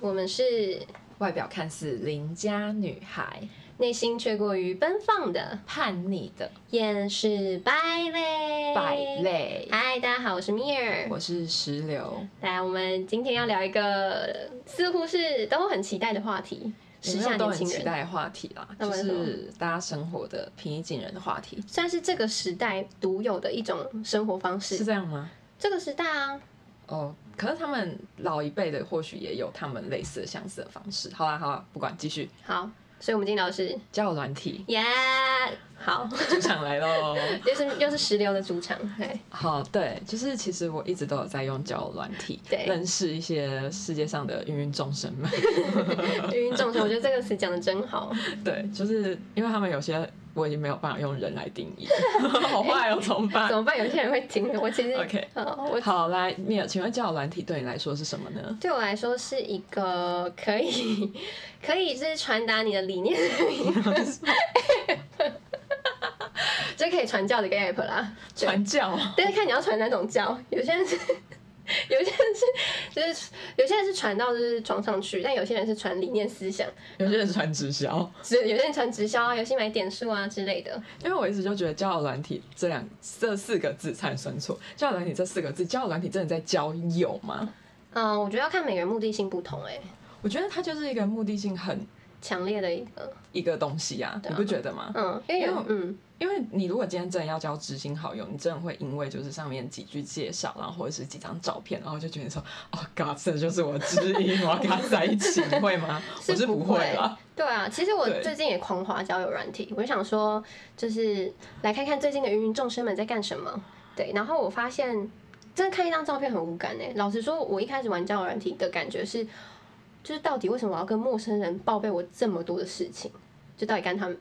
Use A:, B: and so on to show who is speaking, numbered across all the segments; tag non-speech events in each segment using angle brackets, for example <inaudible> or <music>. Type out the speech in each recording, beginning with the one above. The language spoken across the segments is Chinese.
A: 我们是
B: 外表看似邻家女孩，
A: 内心却过于奔放的
B: 叛逆的
A: 厌世败类。
B: 败。类。
A: 嗨，大家好，我是米尔。
B: 哎我是石榴，
A: 来，我们今天要聊一个似乎是都很期待的话题，
B: 也
A: 时
B: 没有
A: 下
B: 都
A: 年
B: 很
A: 轻
B: 期
A: 人。
B: 待的话题啦，
A: 那
B: 就
A: 为什么
B: 是大家生活的平易近人的话题，
A: 算是这个时代独有的一种生活方
B: 是
A: 式。
B: 这样吗？
A: 这个时代啊，
B: 哦，可是他们老一辈的或许也有他们类似的相似的方式。好啦好啦，不管继续，
A: 好，所以我们今天聊的是
B: 交友软体
A: 耶好，
B: 出场来喽。
A: 又是又是石榴的主场，对，
B: <laughs> 好，对，就是其实我一直都有在用交友软体，
A: 对
B: 认识一些世界上的芸芸众生们。
A: 芸芸众生，我觉得这个词讲的真
B: <laughs>
A: 好。
B: 对，就是因为他们有些我已经没有办法用人来定
A: <laughs>
B: 义， <laughs> 好坏哦，怎么办
A: 怎？么办？有些人会听，我其实
B: OK
A: 呃我
B: 好，来，米尔，请问交友软体对你来说是什么呢？
A: 对我来说是一个可以可以就是传达你的理念的一个就可以传教的一个 app 啦。对
B: 传教啊，
A: 但是看你要传哪种教，有些人是。有些人是，就是有些人是传到就是床上去，但有些人是传理念思想，
B: <laughs> 有些人是传直销，
A: 只有些人传直销啊，有些买点数啊之类的。
B: 因为我一直就觉得交友软体这两这四个字差点算错，交友软体这四个字，交友软体真的在交友吗？
A: 嗯，我觉得要看每个人目的性不同、欸，哎，
B: 我觉得它就是一个目的性很
A: 强烈的一个，
B: 一个东西啊，
A: 对啊
B: 你不觉得吗？
A: 嗯，因为
B: 因为
A: 有
B: 我，
A: 嗯，
B: 因为你如果今天真的要交知心好友，你真的会因为就是上面几句介绍，然后或者是几张照片，然后就觉得说，哦，God，这就是我知音，我要跟他在一起，你会吗？我 <laughs> 是不会啦。 <laughs>
A: 对啊，其实我
B: 对
A: 最近也狂滑交友软体，我就想说，就是来看看最近的芸芸众生们在干什么。对，然后我发现，真的看一张照片很无感哎、老实说，我一开始玩交友软体的感觉是，就是到底为什么我要跟陌生人报备我这么多的事情？就到底干他们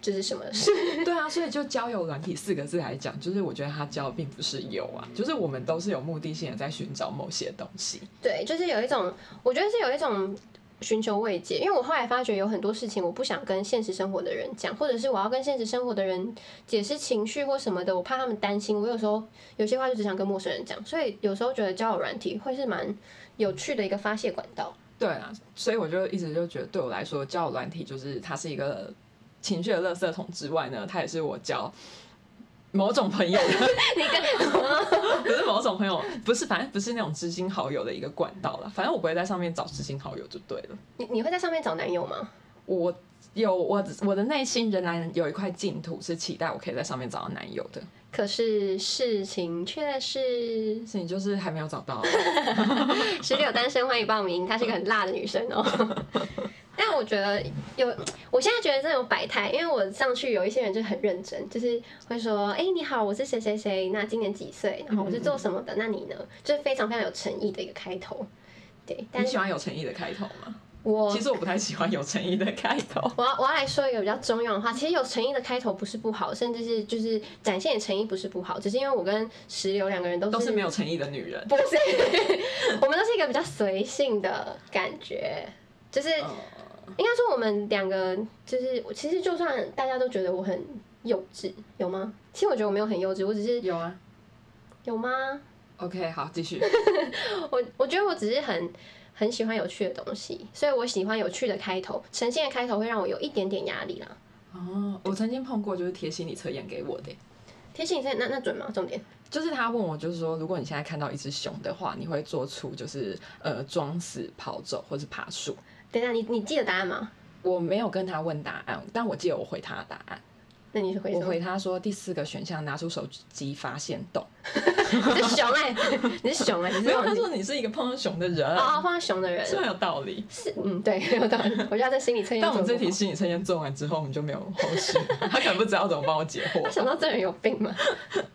A: 就是什么事？
B: 对啊，所以就交友软体四个字来讲，就是我觉得它交并不是友啊，就是我们都是有目的性的在寻找某些东西。
A: 对，就是有一种，我觉得是有一种寻求慰藉，因为我后来发觉有很多事情我不想跟现实生活的人讲，或者是我要跟现实生活的人解释情绪或什么的，我怕他们担心。我有时候有些话就只想跟陌生人讲，所以有时候觉得交友软体会是蛮有趣的一个发泄管道。 <laughs>
B: 对啊，所以我就一直就觉得，对我来说，交友软体就是它是一个情绪的垃圾桶之外呢，它也是我交某种朋友的
A: 你跟 <laughs>
B: <laughs> 可是某种朋友不是，反正不是那种知心好友的一个管道啦。反正我不会在上面找知心好友就对了。
A: 你你会在上面找男友吗？
B: 我有我我的内心仍然有一块净土是期待我可以在上面找到男友的，
A: 可是事情却是
B: 但是你就是还没有找
A: <laughs>
B: 到。啊
A: 十六单身欢迎报名，她是一个很辣的女生哦。 <laughs> 但我觉得有，我现在觉得这种百态，因为我上去有一些人就很认真，就是会说：“哎、你好，我是谁谁谁，那今年几岁？然后我是做什么的？那你呢？”就是非常非常有诚意的一个开头。对，但
B: 你
A: 是
B: 喜欢有诚意的开头吗？
A: 我
B: 其实我不太喜欢有诚意的开头。
A: 我要我要来说一个比较中庸的话，其实有诚意的开头不是不好，甚至是就是展现你诚意不是不好，只是因为我跟石榴两个人都
B: 都是
A: 是
B: 没有诚意的女人，
A: 不是， <laughs> 我们都是一个比较随性的感觉，就是
B: 呃
A: 应该说我们两个就是，其实就算大家都觉得我很幼稚，有吗？其实我觉得我没有很幼稚，我只是
B: 有啊。
A: 有吗？
B: OK，好，继续。
A: 我我觉得我只是很很喜欢有趣的东西，所以我喜欢有趣的开头，呈现的开头会让我有一点点压力啦。
B: 哦，我曾经碰过，就是贴心理测验给我的，
A: 提醒一下，那那准吗？重点
B: 就是他问我，就是说，如果你现在看到一只熊的话，你会做出就是呃装死、跑走或是爬树。
A: 等一下，你你记得答案吗？
B: 我没有跟他问答案，但我记得我回他的答案。
A: 那你是回
B: 我
A: 什么？
B: 回他说第四个选项，拿出手机发现洞。
A: <laughs> 你是熊哎、你是熊哎、你
B: 没
A: 是
B: 有，
A: 忘
B: 他
A: 记
B: 说你是一个碰到熊的人， <laughs>
A: 哦，放在熊的人
B: 是很有道理。
A: 是嗯，对，很有道理。我觉得他在心理测验
B: 但
A: 做得
B: 我
A: 不好。
B: 们这题心理测验做完之后，我们就没有后续。他可能不知道怎么帮我解
A: 他想
B: 惑。
A: 到这人有病吗？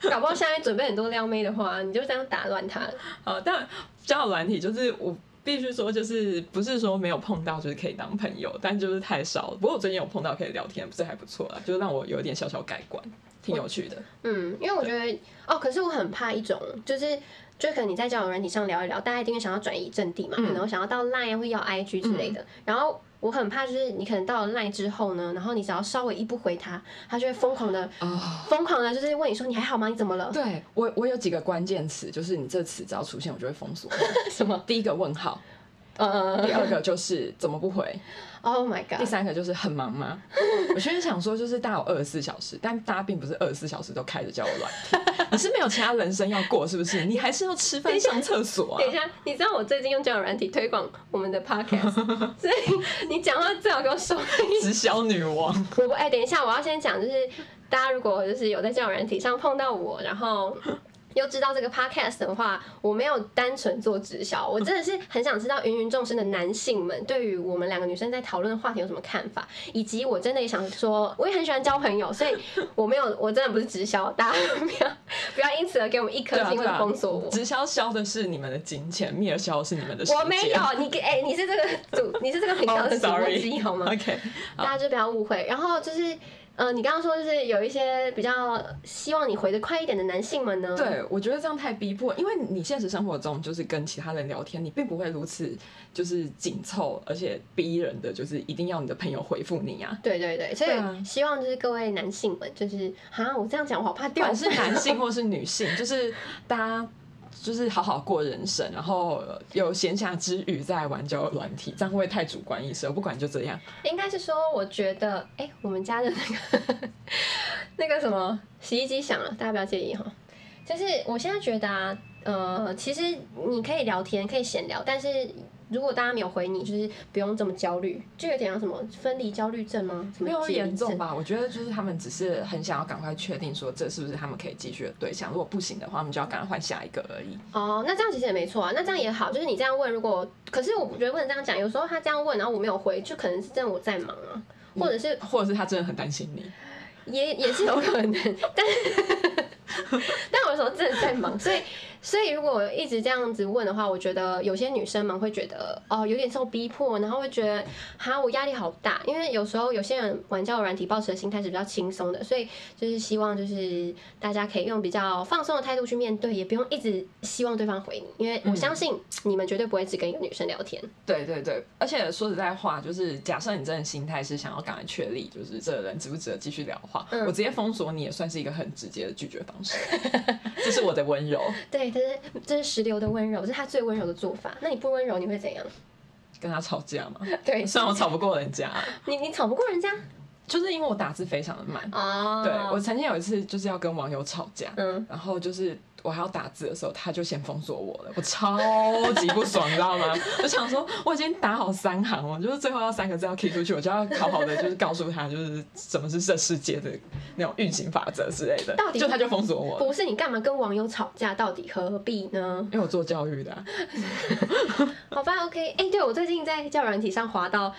A: 搞不好下面准备很多撩妹的话，你就这样打乱他了。
B: <laughs> 好，但交友软体就是我必须说，就是不是说没有碰到就是可以当朋友，但就是太少了。不过我最近有碰到可以聊天，不是还不错啦，就是让我有一点小小改观，挺有趣的。
A: 嗯，因为我觉得哦，可是我很怕一种，就是就可能你在交友软体上聊一聊，大家一定会想要转移阵地嘛，可能会想要到 Line 啊或要 IG 之类的。然后我很怕就是你可能到了 Line 之后呢，然后你只要稍微一不回他，他就会疯狂的
B: 哦
A: 疯狂的，就是问你说你还好吗？你怎么了？
B: 对我，我有几个关键词，就是你这词只要出现，我就会封锁。
A: 什么？ <laughs>
B: 第一个问号，
A: 呃
B: <laughs> 第二个就是怎么
A: <laughs>
B: 不回，
A: ，Oh my
B: 第
A: god，
B: 三个就是很忙吗？ <laughs> 我现在想说，就是大家有二十四小时，但大家并不是二十四小时都开着交友软体，
A: <laughs>
B: 你是没有其他人生要过，是不是？你还是要吃饭、上厕所
A: <laughs>
B: 啊
A: 等一？下，你知道我最近用交友软体推广我们的 podcast，所以你讲话最好给我收一
B: 直销女
A: <laughs>
B: 王，
A: 我不哎、等一下，我要先讲，就是大家如果就是有在交友软体上碰到我，然
B: <laughs>
A: 后又知道这个 podcast 的话，我没有单纯做直销，我真的是很想知道芸芸众生的男性们对于我们两个女生在讨论的话题有什么看法，以及我真的也想说，我也很喜欢交朋友，所以我没有， <laughs> 我真的不是直销，大家不要不要因此而给我们一颗
B: 对啊
A: 星
B: 对
A: 会
B: 啊
A: 封锁我。
B: 直销销的是你们的金钱，灭销的是你们的时间。
A: 我没
B: <laughs>
A: 有，你给哎、你是这个主，你是这个频 <laughs> 道
B: 哦
A: 的主播之一
B: ，sorry，
A: 好吗？嗯
B: OK，
A: 大家就不要误会。然后就是，呃，你刚刚说就是有一些比较希望你回的快一点的男性们呢，，
B: 对，我觉得这样太逼迫，因为你现实生活中就是跟其他人聊天，你并不会如此就是紧凑，而且逼人的，就是一定要你的朋友回复你啊。
A: 对对对，所
B: 对啊
A: 以希望就是各位男性们，就是啊，我这样讲我好怕
B: 不
A: 掉
B: 管
A: 粉
B: 是男性或是女性，就是大家就是好好过人生，然后有闲暇之余再玩交友软体，这样会不会太主观意识了。我不管就这样，
A: <laughs> 应该是说，我觉得，哎、我们家的那个 <laughs> 那个什么洗衣机响了，大家不要介意哈。就是我现在觉得啊，呃，其实你可以聊天，可以闲聊，但是如果大家没有回你，就是不用这么焦虑，就有点像什么分离焦虑症吗？什么
B: 没有
A: 解离
B: 严重
A: 症？
B: 吧？我觉得就是他们只是很想要赶快确定说这是不是他们可以继续的对象，如果不行的话，他们就要赶快换下一个而已。
A: 哦，那这样其实也没错啊，那这样也好，就是你这样问，如果可是我觉得不能这样讲，有时候他这样问，然后我没有回，就可能是真的我在忙啊，或者是
B: 或者是他真的很担心你，
A: 也也是有可能，但 <laughs> 但我有时候真的在忙，所以所以如果我一直这样子问的话，我觉得有些女生们会觉得哦有点受逼迫，然后会觉得哈我压力好大，因为有时候有些人玩交友软体抱持的心态是比较轻松的，所以就是希望就是大家可以用比较放松的态度去面对，也不用一直希望对方回你，因为我相信你们绝对不会只跟一个女生聊天。
B: 对对对，而且说实在话，就是假设你真的心态是想要赶快确立，就是这个人值不值得继续聊的话，
A: 嗯
B: 我直接封锁你也算是一个很直接的拒绝方式， <laughs> 这是我的温柔，
A: 对，这是这是石榴的温柔，这是他最温柔的做法。那你不温柔你会怎样？
B: 跟他吵架嘛。
A: 对，
B: 虽然我吵不过人家，
A: 你你吵不过人家。
B: 就是因为我打字非常的慢。
A: 哦，
B: 对我曾经有一次就是要跟网友吵架，
A: 嗯，
B: 然后就是我还要打字的时候，他就先封锁我了，我超级不爽，你知道吗？ <laughs> 我想说我已经打好三行，我就是最后要三个字要 key 出去，我就要好好的就是告诉他，就是什么是这世界的那种运行法则之类的
A: 到，底
B: 就他就封锁我了。
A: 不是你干嘛跟网友吵架？到底何必呢？
B: 因为我做教育的啊、
A: 好吧，OK，哎、对我最近在教软体上滑到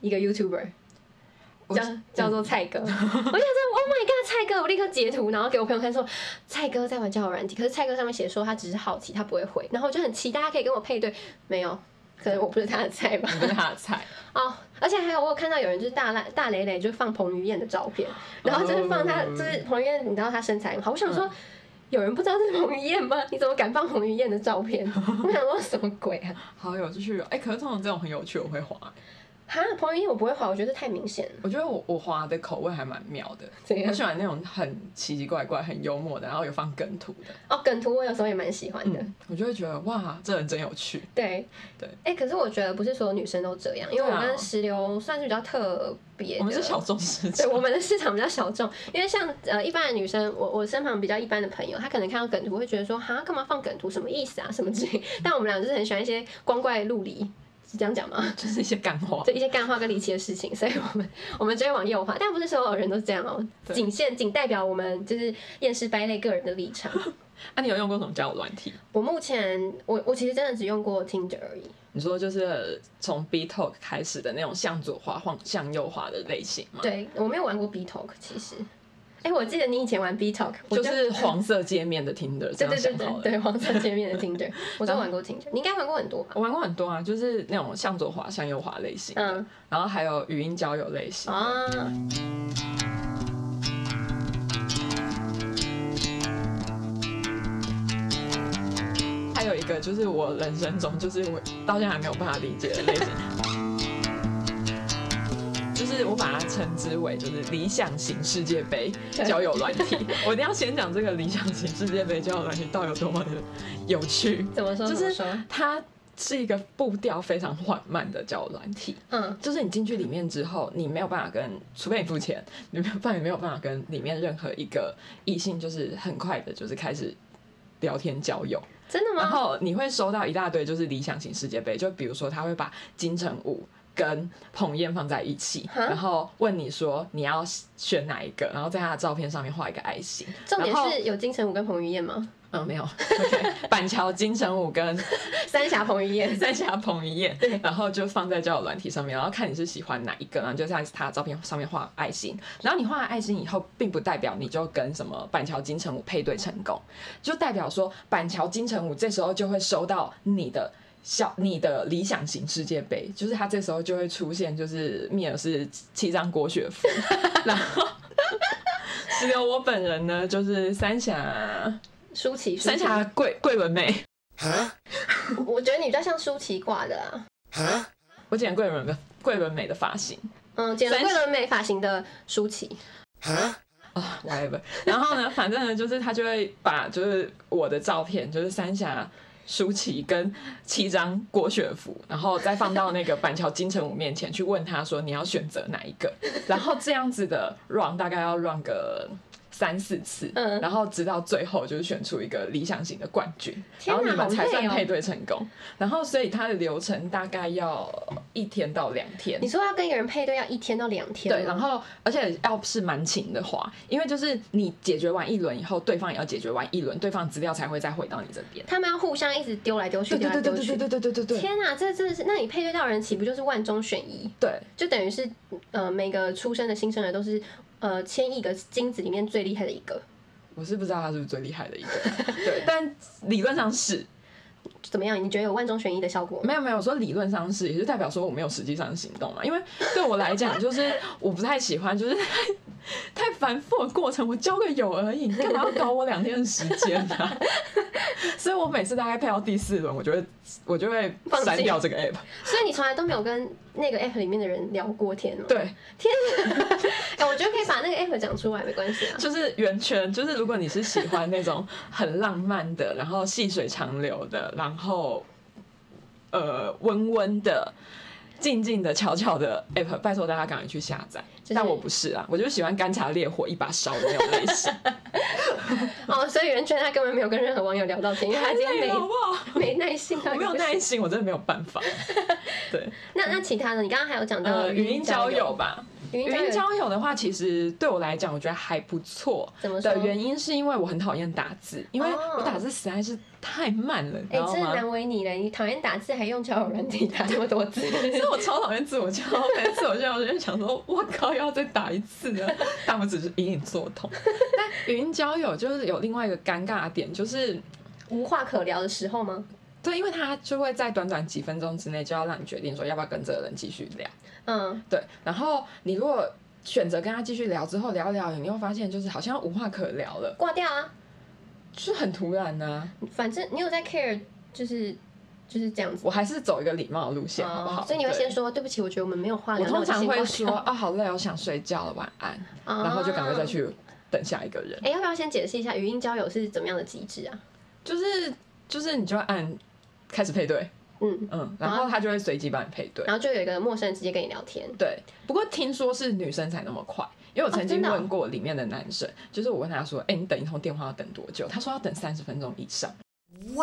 A: 一个 YouTuber。
B: 我
A: 叫叫做蔡哥， <laughs> 我想说，Oh my god，蔡哥！我立刻截图，然后给我朋友看说，蔡哥在玩交友软体，可是蔡哥上面写说他只是好奇，他不会回，然后我就很期待他可以跟我配对，没有，可能我不是他的菜吧。
B: 你不是他的菜，
A: 哦，而且还有我有看到有人就是大烂大磊磊就放彭于晏的照片，然后就是放他、
B: 嗯
A: 就是彭于晏，你知道他身材很好，我想说。有人不知道这是彭于晏吗？你怎么敢放彭于晏的照
B: <laughs>
A: 片？我想说什么鬼啊！
B: 好有趣哦！哎、可是通常这种很有趣，我会滑、
A: 哈，彭于晏我不会滑，我觉得太明显了。
B: 我觉得我我滑的口味还蛮妙的，
A: 怎样
B: 我喜欢那种很奇奇怪怪、很幽默的，然后有放梗图的，
A: 哦，梗图我有时候也蛮喜欢的。
B: 嗯，我就会觉得哇，这人真有趣。
A: 对
B: 对
A: 哎、可是我觉得不是所有女生都这样，因为
B: 对
A: 我
B: 啊
A: 跟石榴算是比较特别的。
B: 我们是小众市
A: 对，
B: 场，
A: 我们的市场比较小众，因为像呃一般的女生，我我身旁比较一般的朋友，她可能看到梗图会觉得说，哈，干嘛放梗图，什么意思啊，什么之类。但我们俩就是很喜欢一些光怪陆离，是这样讲吗？ <laughs>
B: 就是一些干话
A: 就。一些干话跟离奇的事情，所以我们我们就会往右滑，但不是所有人都这样哦、
B: 对
A: 仅限仅代表我们就是厌世败类个人的立场。
B: 啊，你有用过什么交友软体？
A: 我目前我我其实真的只用过 Tinder 而已，
B: 你说就是从 B Talk 开始的那种向左滑、晃向右滑的类型吗？
A: 对我没有玩过 B Talk，其实。哎、我记得你以前玩 B Talk，我
B: 就是黄色界面的 Tinder，
A: 对
B: 这样
A: 对对
B: 想好
A: 对
B: 了。
A: 对，黄色界面的
B: <laughs>
A: Tinder，我都玩过 Tinder，你应该玩过很多吧？
B: 我玩过很多啊，就是那种向左滑、向右滑类型，
A: 嗯
B: 然后还有语音交友类型。
A: 啊，
B: 还有一个就是我人生中，就是我到现在还没有办法理解的类型， <laughs> 就是我把它称之为就是理想型世界杯交友软体。我一定要先讲这个理想型世界杯交友软体到底有多么的有趣，
A: 怎么说？
B: 就
A: 怎么
B: 是
A: 说？
B: 它。是一个步调非常缓慢的交友软体。
A: 嗯，
B: 就是你进去里面之后，你没有办法跟，除非你付钱，你没有办法，你没有办法跟里面任何一个异性，就是很快的，就是开始聊天交友。
A: 真的
B: 然
A: 吗？
B: 后你会收到一大堆就是理想型世界杯，就比如说他会把金城武跟彭燕放在一起，
A: 哈
B: 然后问你说你要选哪一个，然后在他的照片上面画一个爱心。
A: 重点
B: 然后
A: 是有金城武跟彭于晏吗？ <laughs>
B: 嗯，没有，OK，板桥金城武跟
A: 三峡彭于
B: <laughs>
A: 晏。
B: 再加彭于晏，然后就放在交友软体上面，然后看你是喜欢哪一个，然后就在他的照片上面画爱心。然后你画了爱心以后，并不代表你就跟什么板桥金城武配对成功，就代表说板桥金城武这时候就会收到你的。小你的理想型世界杯，就是他这时候就会出现，就是密尔是七张郭雪芙， <laughs> 然后只有我本人呢，就是三峡
A: 舒淇，舒淇
B: 三峡桂桂纶镁，
C: Huh?
A: <laughs> 我觉得你比较像舒淇挂的啊。
C: Huh?
B: 我剪桂纶镁桂纶镁的发型，
A: 嗯，剪了
B: 三
A: 桂纶镁发型的舒淇，
C: Huh?
B: 啊、w h a t e v e r 然后呢，反正呢，就是他就会把就是我的照片，就是三峡舒淇跟七张郭雪芙，然后再放到那个板桥金城武面前去问他说你要选择哪一个，然后这样子的 run 大概要 run 个。三四次，
A: 嗯
B: 然后直到最后就是选出一个理想型的冠军，
A: 天
B: 然后
A: 哪
B: 你们才算
A: 好累哦
B: 配对成功。然后所以它的流程大概要一天到两天
A: 你，说要跟一个人配对要一天到两天吗，
B: 对，然后而且要是蛮勤的话，因为就是你解决完一轮以后，对方也要解决完一轮，对方资料才会再回到你这边。
A: 他们要互相一直丢来丢去，
B: 对
A: 丢
B: 对
A: 来
B: 对
A: 丢
B: 对
A: 去
B: 对。对对对对对
A: 天哪，这真的是，那你配对到的人岂不就是万中选一？
B: 对，
A: 就等于是，呃，每个出生的新生儿都是，呃，千亿个精子里面最厉害的一个，
B: 我是不知道他是不是最厉害的一个，啊 <laughs> 对，但理论上是
A: 怎么样？你觉得有万中选一的效果吗？
B: 没有没有，我说理论上是，也就代表说我没有实际上的行动嘛。因为对我来讲，就是我不太喜欢，就是太太繁复的过程。我交个友而已，你干嘛要搞我两天的时间呢、啊？ <laughs> 所以我每次大概配到第四轮，我就会我就会
A: 放弃
B: 删掉这个 <laughs> app。
A: 所以你从来都没有跟那个 app 里面的人聊过天哦。，<laughs>
B: 对，
A: 哎、我觉得可以把那个 app 讲出来，没关系
B: <laughs>
A: 啊。
B: 就是圆圈，就是如果你是喜欢那种很浪漫的，然后细水长流的，然后呃温温的、静静的、悄悄的 app，拜托大家赶快去下载。
A: 就是
B: 但我不是啊，我就喜欢干柴烈火一把烧的那种类型。
A: 哦，所以袁泉他根本没有跟任何网友聊到 <laughs> 天，因为他今天
B: <laughs> 累了好不
A: 没
B: 好？
A: 没耐心啊，
B: 我没有耐心，我真的没有办
A: <laughs>
B: 法。对，
A: 那那其他的，你刚刚还有讲到
B: 呃，语音交友，吧，
A: 语音
B: 语
A: 交
B: 音
A: 友
B: 交友的话，其实对我来讲，我觉得还不错。
A: 怎么说
B: 的？原因是因为我很讨厌打字，因为
A: 哦
B: 我打字实在是太慢了，你知
A: 哎、
B: 道
A: 真的
B: 吗？
A: 难为你了，你讨厌打字还用交友软体打那么多
B: <laughs>
A: 字，
B: 所以我超讨厌自我教，每次自我教我就想说，我靠，又要再打一次了。但我只是隐隐作痛。但语音交友就是有另外一个尴尬的点，就是
A: 无话可聊的时候吗？
B: 对，因为它就会在短短几分钟之内就要让你决定说要不要跟这个人继续聊。
A: 嗯，
B: 对，然后你如果选择跟他继续聊之后，聊一聊，你又发现就是好像无话可聊了，
A: 挂掉啊，
B: 就是很突然啊呢、
A: 反正你有在 care，就是就是这样子。
B: 我还是走一个礼貌的路线，好不好？
A: 哦所以你会
B: 对
A: 先。说对不起，我觉得我们没有话
B: 我
A: 聊。
B: 通常会
A: 那
B: 说
A: 我就先挂掉，
B: 啊，好累哦，我想睡觉了，晚安，然后就赶快再
A: <laughs> 啊。
B: 去等下一个人。
A: 哎、要不要先解释一下语音交友是怎么样的机制啊？
B: 就是就是你就按开始配对，
A: 嗯，
B: 嗯，然后他就会随机帮你配对。
A: 然后就有一个陌生人直接跟你聊天，
B: 对，不过听说是女生才那么快，因为我曾
A: 哦真
B: 经
A: 的哦
B: 问过里面的男生，就是我问他说：“哎、你等一通电话要等多久？”他说要等三十分钟以上。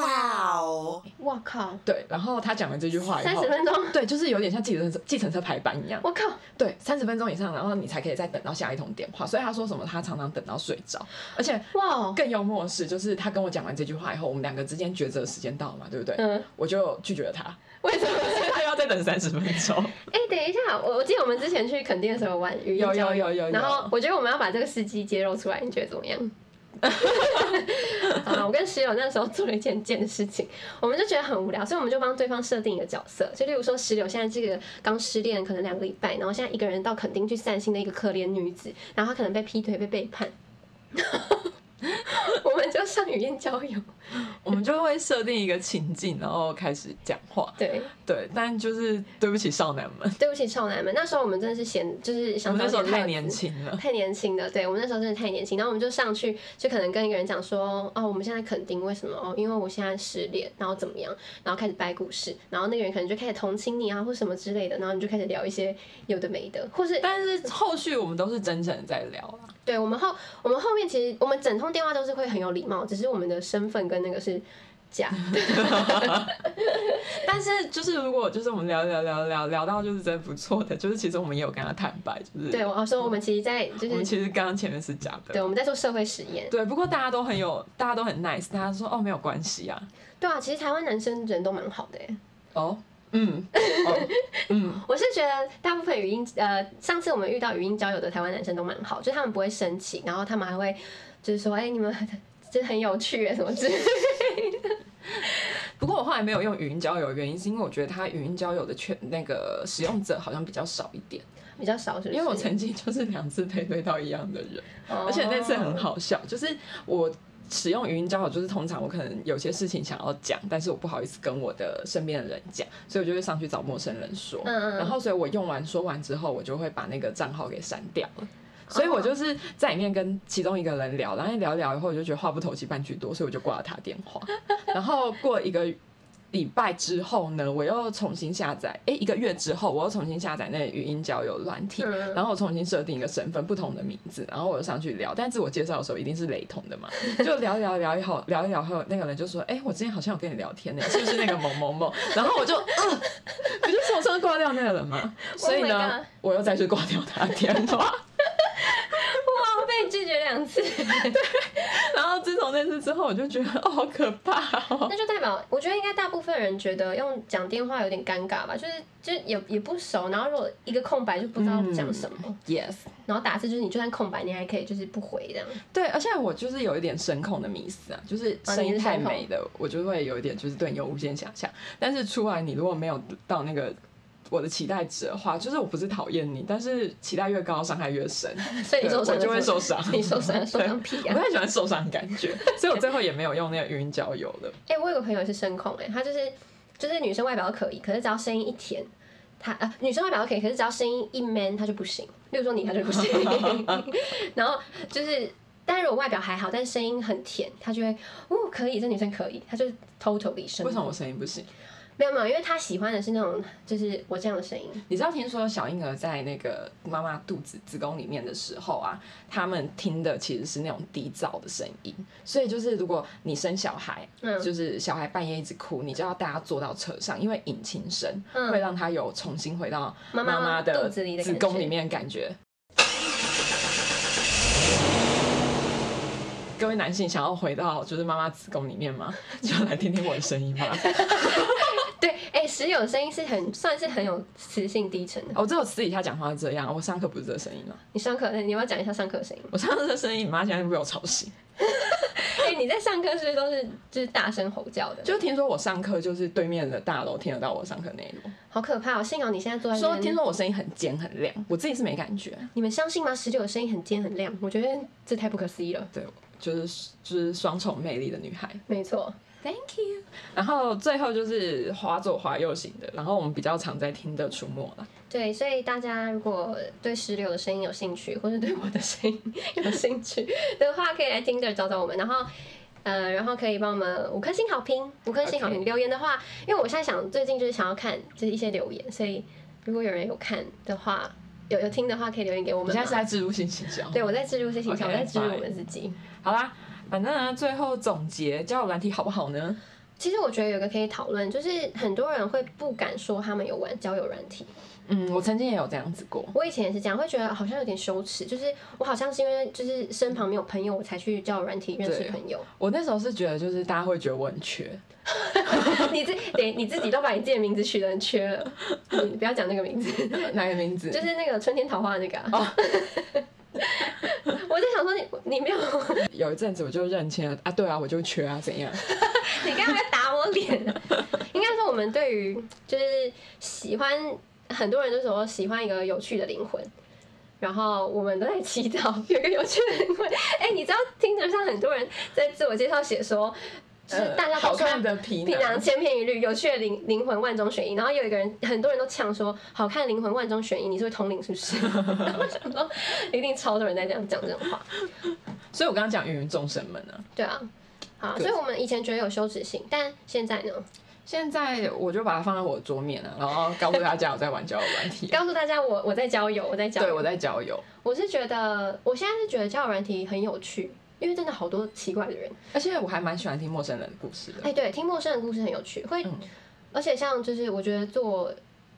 C: Wow.
A: 哇靠，
B: 对，然后他讲完这句话以
A: 三
B: 后
A: 十，分钟， <laughs>
B: 对，就是有点像计程车计程车排班一样，
A: 我靠，
B: 对，三十分钟以上，然后你才可以再等到下一通电话。所以他说什么，他常常等到睡着，而且
A: 哇哦，
B: 更幽默的是，就是他跟我讲完这句话以后，我们两个之间抉择时间到了嘛，对不对？
A: 嗯，
B: 我就拒绝了他，
A: 为什么？
B: 所 <laughs> 以他又要再等三十分钟。
A: 哎、等一下，我我记得我们之前去垦丁的时候玩语音
B: 有有
A: 交友
B: 有有有
A: 然后我觉得我们要把这个司机揭露出来，你觉得怎么
B: <laughs>
A: 样？啊，我跟石友那时候做了一件贱的事情，我们就觉得很无聊，所以我们就帮对方设定一个角色，就例如说石榴现在这个刚失恋，可能两个礼拜，然后现在一个人到垦丁去 <laughs> 散心的一个可怜女子，然后她可能被劈腿、被背叛。我们们就上语音交友。
B: <laughs> 我们就会设定一个情境，然后开始讲话。
A: 对，
B: 对，但就是对不起少男们，
A: 对不起，少男们，那时候我们真的是嫌，就是
B: 我
A: 想
B: 们
A: 找
B: 那时候
A: 点乐
B: 太
A: 子
B: 年轻了。
A: 太年轻了，对我们那时候真的太年轻，然后我们就上去，就可能跟一个人讲说，哦，我们现在肯定为什么？哦，因为我现在失恋，然后怎么样？然后开始掰故事，然后那个人可能就开始同情你啊，或什么之类的，然后你就开始聊一些有的没的，或是
B: 但是后续我们都是真诚地在聊啦，
A: 对我们后我们后面其实我们整通电话都是会很有礼貌，只是我们的身份跟那个是
B: <laughs>
A: 假的，
B: 但是就是如果就是我们聊聊聊聊聊到就是真不错的，就是其实我们也有跟他坦白，就是
A: 对，我要说我们其实在就
B: 我
A: 是
B: 们其实刚刚前面是假的
A: 对，我们在做社会实验，
B: 对，不过大家都很有，大家都很 nice，大家说哦没有关系啊，
A: 对啊，其实台湾男生人都蛮好的耶。欸
B: 哦，嗯，哦，嗯，
A: 我是觉得大部分语音，呃，上次我们遇到语音交友的台湾男生都蛮好，就是他们不会生气，然后他们还会就是说，哎、你们真的很有趣耶什么之类的。 <laughs>
B: 不过我后来没有用语音交友，原因是因为我觉得它语音交友的全那个使用者好像比较少一点，
A: 比较少是不是？
B: 因为我曾经就是两次配对到一样的人，
A: 哦
B: 而且那次很，好笑，就是我。使用语音交友就是通常我可能有些事情想要讲，但是我不好意思跟我的身边的人讲，所以我就会上去找陌生人说。
A: 嗯嗯，
B: 然后所以我用完说完之后，我就会把那个账号给删掉了。
A: 哦
B: 所以我就是在里面跟其中一个人聊，然后聊一聊以后，我就觉得话不投机半句多，所以我就挂了他电话。然后过一个礼拜之后呢，我又重新下载，诶，一个月之后我又重新下载那个语音交友软体，
A: 嗯
B: 然后我重新设定一个身份，不同的名字，然后我就上去聊，但自我介绍的时候一定是雷同
A: <laughs>
B: 的嘛，就聊一聊聊一后聊一聊后，那个人就说，诶，哎我之前好像有跟你聊天呢、是不是那个某某某？然后我就，
A: <laughs>
B: 嗯，不就是我上次挂掉那个人吗？所以
A: Oh my
B: 呢
A: god，
B: 我又再去挂掉他的电话。
A: <laughs> 哇，被拒绝两
B: <laughs>
A: 次，
B: 然后自从那次之后，我就觉得哦，好可怕哦。
A: 那就代表我觉得应该大部分人觉得用讲电话有点尴尬吧，就是就是也也不熟，然后如果一个空白就不知道讲什么，
B: Yes，
A: 然后打字就是你就算空白你还可以就是不回这样，
B: 对，而且我就是有一点声控的迷思啊，就是
A: 哦
B: 声音太美的，我就会有一点就是对你有无限遐想。但是出来你如果没有到那个我的期待值的话，就是我不是讨厌你，但是期待越高，伤害越深，
A: 所以你
B: 对
A: 受伤
B: 我就会
A: 了是
B: 受
A: 吗
B: 伤
A: <laughs> 。你受伤受伤
B: 对
A: 屁
B: 我
A: 啊
B: 不！太喜欢受伤的感觉，所以我最后也没有用那个语音交友了。
A: 哎、我有个朋友也是声控、哎，她就是就是女生外表可以，可是只要声音一甜，她啊、女生外表可以，可是只要声音一 man 她就不行。例如说你，她就不
B: <laughs>
A: 行。然后就是，但如果外表还好，但是声音很甜，她就会哦可以，这女生可以，她就是 totally 声
B: 为
A: 控。
B: 什么我声音不行？
A: 没有没有，因为她喜欢的是那种就是我这样的声音。
B: 你知道，听说小婴儿在那个妈妈肚子子宫里面的时候啊，他们听的其实是那种低噪的声音，所以就是如果你生小孩，
A: 嗯
B: 就是小孩半夜一直哭，你就要带他坐到车上，因为引擎声
A: 嗯
B: 会让他有重新回到
A: 妈妈
B: 妈妈的
A: 肚子里的
B: 子
A: 感觉
B: 宫里面的感觉。各位男性想要回到就是妈妈子宫里面吗？ <laughs> 就来听听我的声音吧。
A: 对，哎、石友的声音是很算是很有磁性低沉的。
B: 我只有私底下讲话哦是这样，我上课不是这个声音啊。
A: 你上课，你要不要讲一下上课的声音？ <laughs>
B: 我上次的声音，你妈现在就被我吵醒。
A: 哎、你在上课是不是都是就是大声吼叫的？
B: 就听说我上课，就是对面的大楼听得到我上课内容。
A: 好可怕哦！幸好你现在坐在这
B: 说
A: 边
B: 听说我声音很尖很亮，我自己是没感觉。
A: 你们相信吗？十九的声音很尖很亮，我觉得这太不可思议了。
B: 对，就是就是双重魅力的女孩。
A: 没错，Thank you。
B: 然后最后就是滑左滑右型的，然后我们比较常在听的出没了。
A: 对，所以大家如果对石榴的声音有兴趣，或者对我的声音有兴趣的话，可以来 Tinder 找找我们，然后。呃，然后可以帮我们五颗星好评，五颗星好评。
B: OK
A: 留言的话，因为我现在想最近就是想要看就是一些留言，所以如果有人有看的话，有有听的话，可以留言给我
B: 我
A: 们
B: 现
A: 嘛。
B: 在是在植入性行销。
A: 对我在植入这些信息，
B: OK，
A: 我在植入我
B: fine
A: 们自己。
B: 好啦，反正呢，最后总结交友软体好不好呢？
A: 其实我觉得有一个可以讨论，就是很多人会不敢说他们有玩交友软体。
B: 嗯，我曾经也有这样子过。
A: 我以前也是这样，会觉得好像有点羞耻，就是我好像是因为就是身旁没有朋友，我才去交友软体认识
B: 对
A: 朋友。
B: 我那时候是觉得，就是大家会觉得我很缺，
A: <laughs> 你自连你自己都把你自己的名字取得很缺了，你不要讲那个名字， <laughs>
B: 哪个名字？
A: 就是那个春天桃花那个、啊。 <laughs> 我在想说你你没有，
B: 有一阵子我就认清了啊，对啊，我就缺啊， <laughs> 怎样？
A: <laughs> 你刚刚在打我脸 <laughs> 啊。应该说我们对于就是喜欢很多人都说喜欢一个有趣的灵魂，然后我们都在祈祷。有一个有趣的灵魂，哎、你知道听着上很多人在自我介绍写说，就是
B: 呃
A: 大家都
B: 好
A: 说
B: 看的皮
A: 平
B: 囊
A: 常，千篇一律，有趣的灵灵魂万中选一。然后有一个人，很多人都呛说，好看灵魂万中选一，你是会通灵是不是？ <laughs> 然后我想说，一定超多人在这样讲这种话。
B: 所以我刚刚讲芸芸众生们呢、
A: 对啊，好啊，
B: 对
A: 所以我们以前觉得有羞耻心，但现在呢，
B: 现在我就把它放在我的桌面了，啊然后告诉大家我在玩交友软体，
A: 告诉大家我我在交友，我在交
B: 对我
A: 友，
B: 在 <laughs> 交友，
A: 我是觉得我现在是觉得交友软体很有趣，因为真的好多奇怪的人。
B: 而且我还蛮喜欢听陌生人的故事的。
A: 哎、对，听陌生人故事很有趣，会，
B: 嗯
A: 而且像就是我觉得做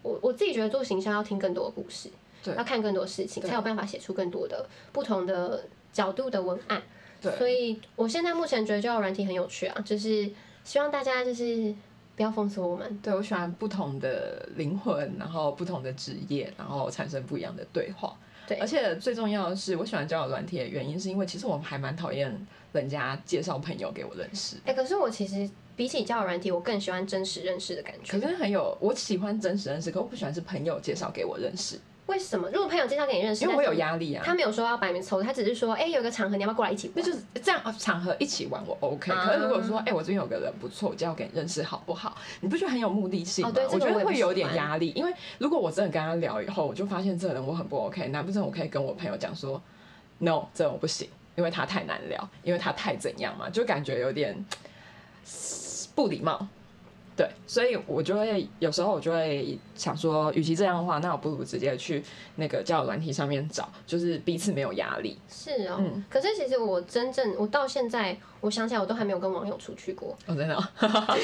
A: 我我自己觉得做行销要听更多的故事，
B: 对
A: 要看更多事情，
B: 对
A: 才有办法写出更多的不同的角度的文案。所
B: 对，
A: 以我现在目前觉得交友软体很有趣啊，就是希望大家就是不要封锁我们。
B: 对我喜欢不同的灵魂，然后不同的职业，然后产生不一样的对话。
A: 对
B: 而且最重要的是，我喜欢交友软体的原因是因为其实我还蛮讨厌人家介绍朋友给我认识。
A: 哎、可是我其实比起交友软体，我更喜欢真实认识的感
B: 可
A: 觉。
B: 是很有，我喜欢真实认识，可我不喜欢是朋友介绍给我认识，
A: 为什么？如果朋友介绍给你认识，
B: 因为我
A: 但
B: 有
A: 是
B: 压力啊。
A: 他没有说要摆明凑，他只是说，哎、有个场合你要不要过来一起玩？
B: 那就是这样呃场合一起玩我 OK，、
A: 啊
B: 可是如果说哎、我最近有个人不错，我介绍给你认识好不好？你不觉得很有目的性吗？
A: 哦对这个
B: 我觉
A: 我也
B: 得
A: 不
B: 会
A: 喜
B: 有点
A: 欢
B: 压力，因为如果我真的跟他聊以后，我就发现这个人我很不 OK，难不成我可以跟我朋友讲说 no，这个我不行，因为他太难聊，因为他太怎样嘛，就感觉有点嘖不礼貌。对，所以我就会有时候我就会想说，与其这样的话，那我不如直接去那个交友软体上面找，就是彼此没有压力。
A: 是哦，
B: 嗯
A: 可是其实我真正我到现在，我想起来我都还没有跟网友出去过，
B: 哦，真的 <laughs> 哦、嗯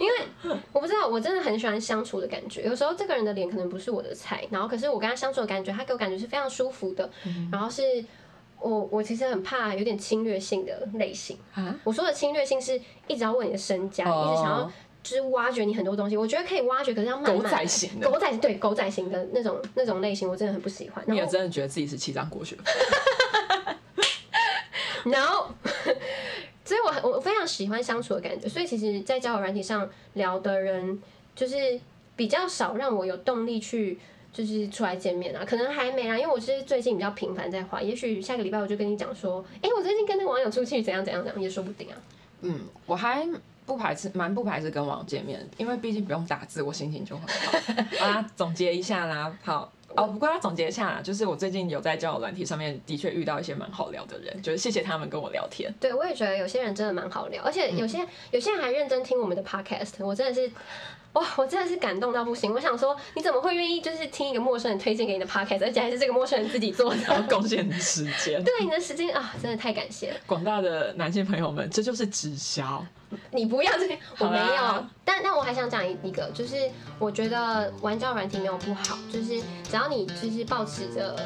A: 因为我不知道，我真的很喜欢相处的感觉。有时候这个人的脸可能不是我的菜，然后可是我跟他相处的感觉，他给我感觉是非常舒服的，
B: 嗯
A: 然后是我我其实很怕有点侵略性的类型。
B: 啊。
A: 我说的侵略性是一直要问你的身家，
B: 哦
A: 一直想要就是挖掘你很多东西。我觉得可以挖掘，可是要慢慢
B: 狗仔
A: 来
B: 型的
A: 狗仔对狗仔型的那种那种类型，我真的很不喜欢。然
B: 你
A: 后
B: 也真的觉得自己是七张国学分？
A: <laughs> 然后，所以我很我非常喜欢相处的感觉，所以其实，在交友软体上聊的人，就是比较少让我有动力去。就是出来见面啊，可能还没啦，因为我是最近比较频繁在滑，也许下个礼拜我就跟你讲说，哎、我最近跟那个网友出去怎样怎样怎样，也说不定啊。
B: 嗯，我还不排斥，蛮不排斥跟网友见面，因为毕竟不用打字，我心情就很 <laughs> 好。啊，总结一下啦，好。哦，不过要总结一下啦，就是我最近有在交友软体上面的确遇到一些蛮好聊的人，就是谢谢他们跟我聊 <laughs> 天。
A: 对，我也觉得有些人真的蛮好聊，而且有些、有些人还认真听我们的 podcast，我真的是。哇，我真的是感动到不行！我想说，你怎么会愿意就是听一个陌生人推荐给你的 podcast，而且还是这个陌生人自己做的？ <laughs>
B: 然后贡献你时间，
A: 对你的时间啊，真的太感谢了。
B: 广大的男性朋友们，这就是直销。
A: 你不要这个，我
B: 好
A: 没
B: 啦
A: 有。但但我还想讲一个，就是我觉得玩交友软体没有不好，就是只要你就是保持着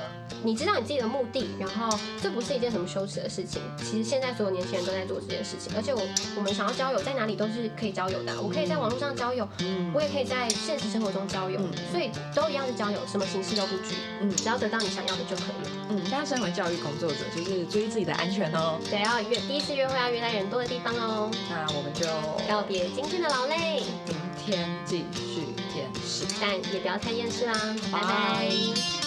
A: 你知道你自己的目的，然后这不是一件什么羞耻的事情。其实现在所有年轻人都在做这件事情，而且我我们想要交友，在哪里都是可以交友的啊、我可以在网络上交友，
B: 嗯
A: 我也可以在现实生活中交友，
B: 嗯
A: 所以都一样是交友，什么形式都不拘，
B: 嗯
A: 只要得到你想要的就可以了。
B: 嗯，现在身为教育工作者，就是注意自己的安全哦。
A: 对，要约第一次约会要约在人多的地方哦。
B: 那我们就
A: 告别今天的劳累。
B: 明天继续见识。
A: 啊但也不要太厌世啦，拜拜
B: 拜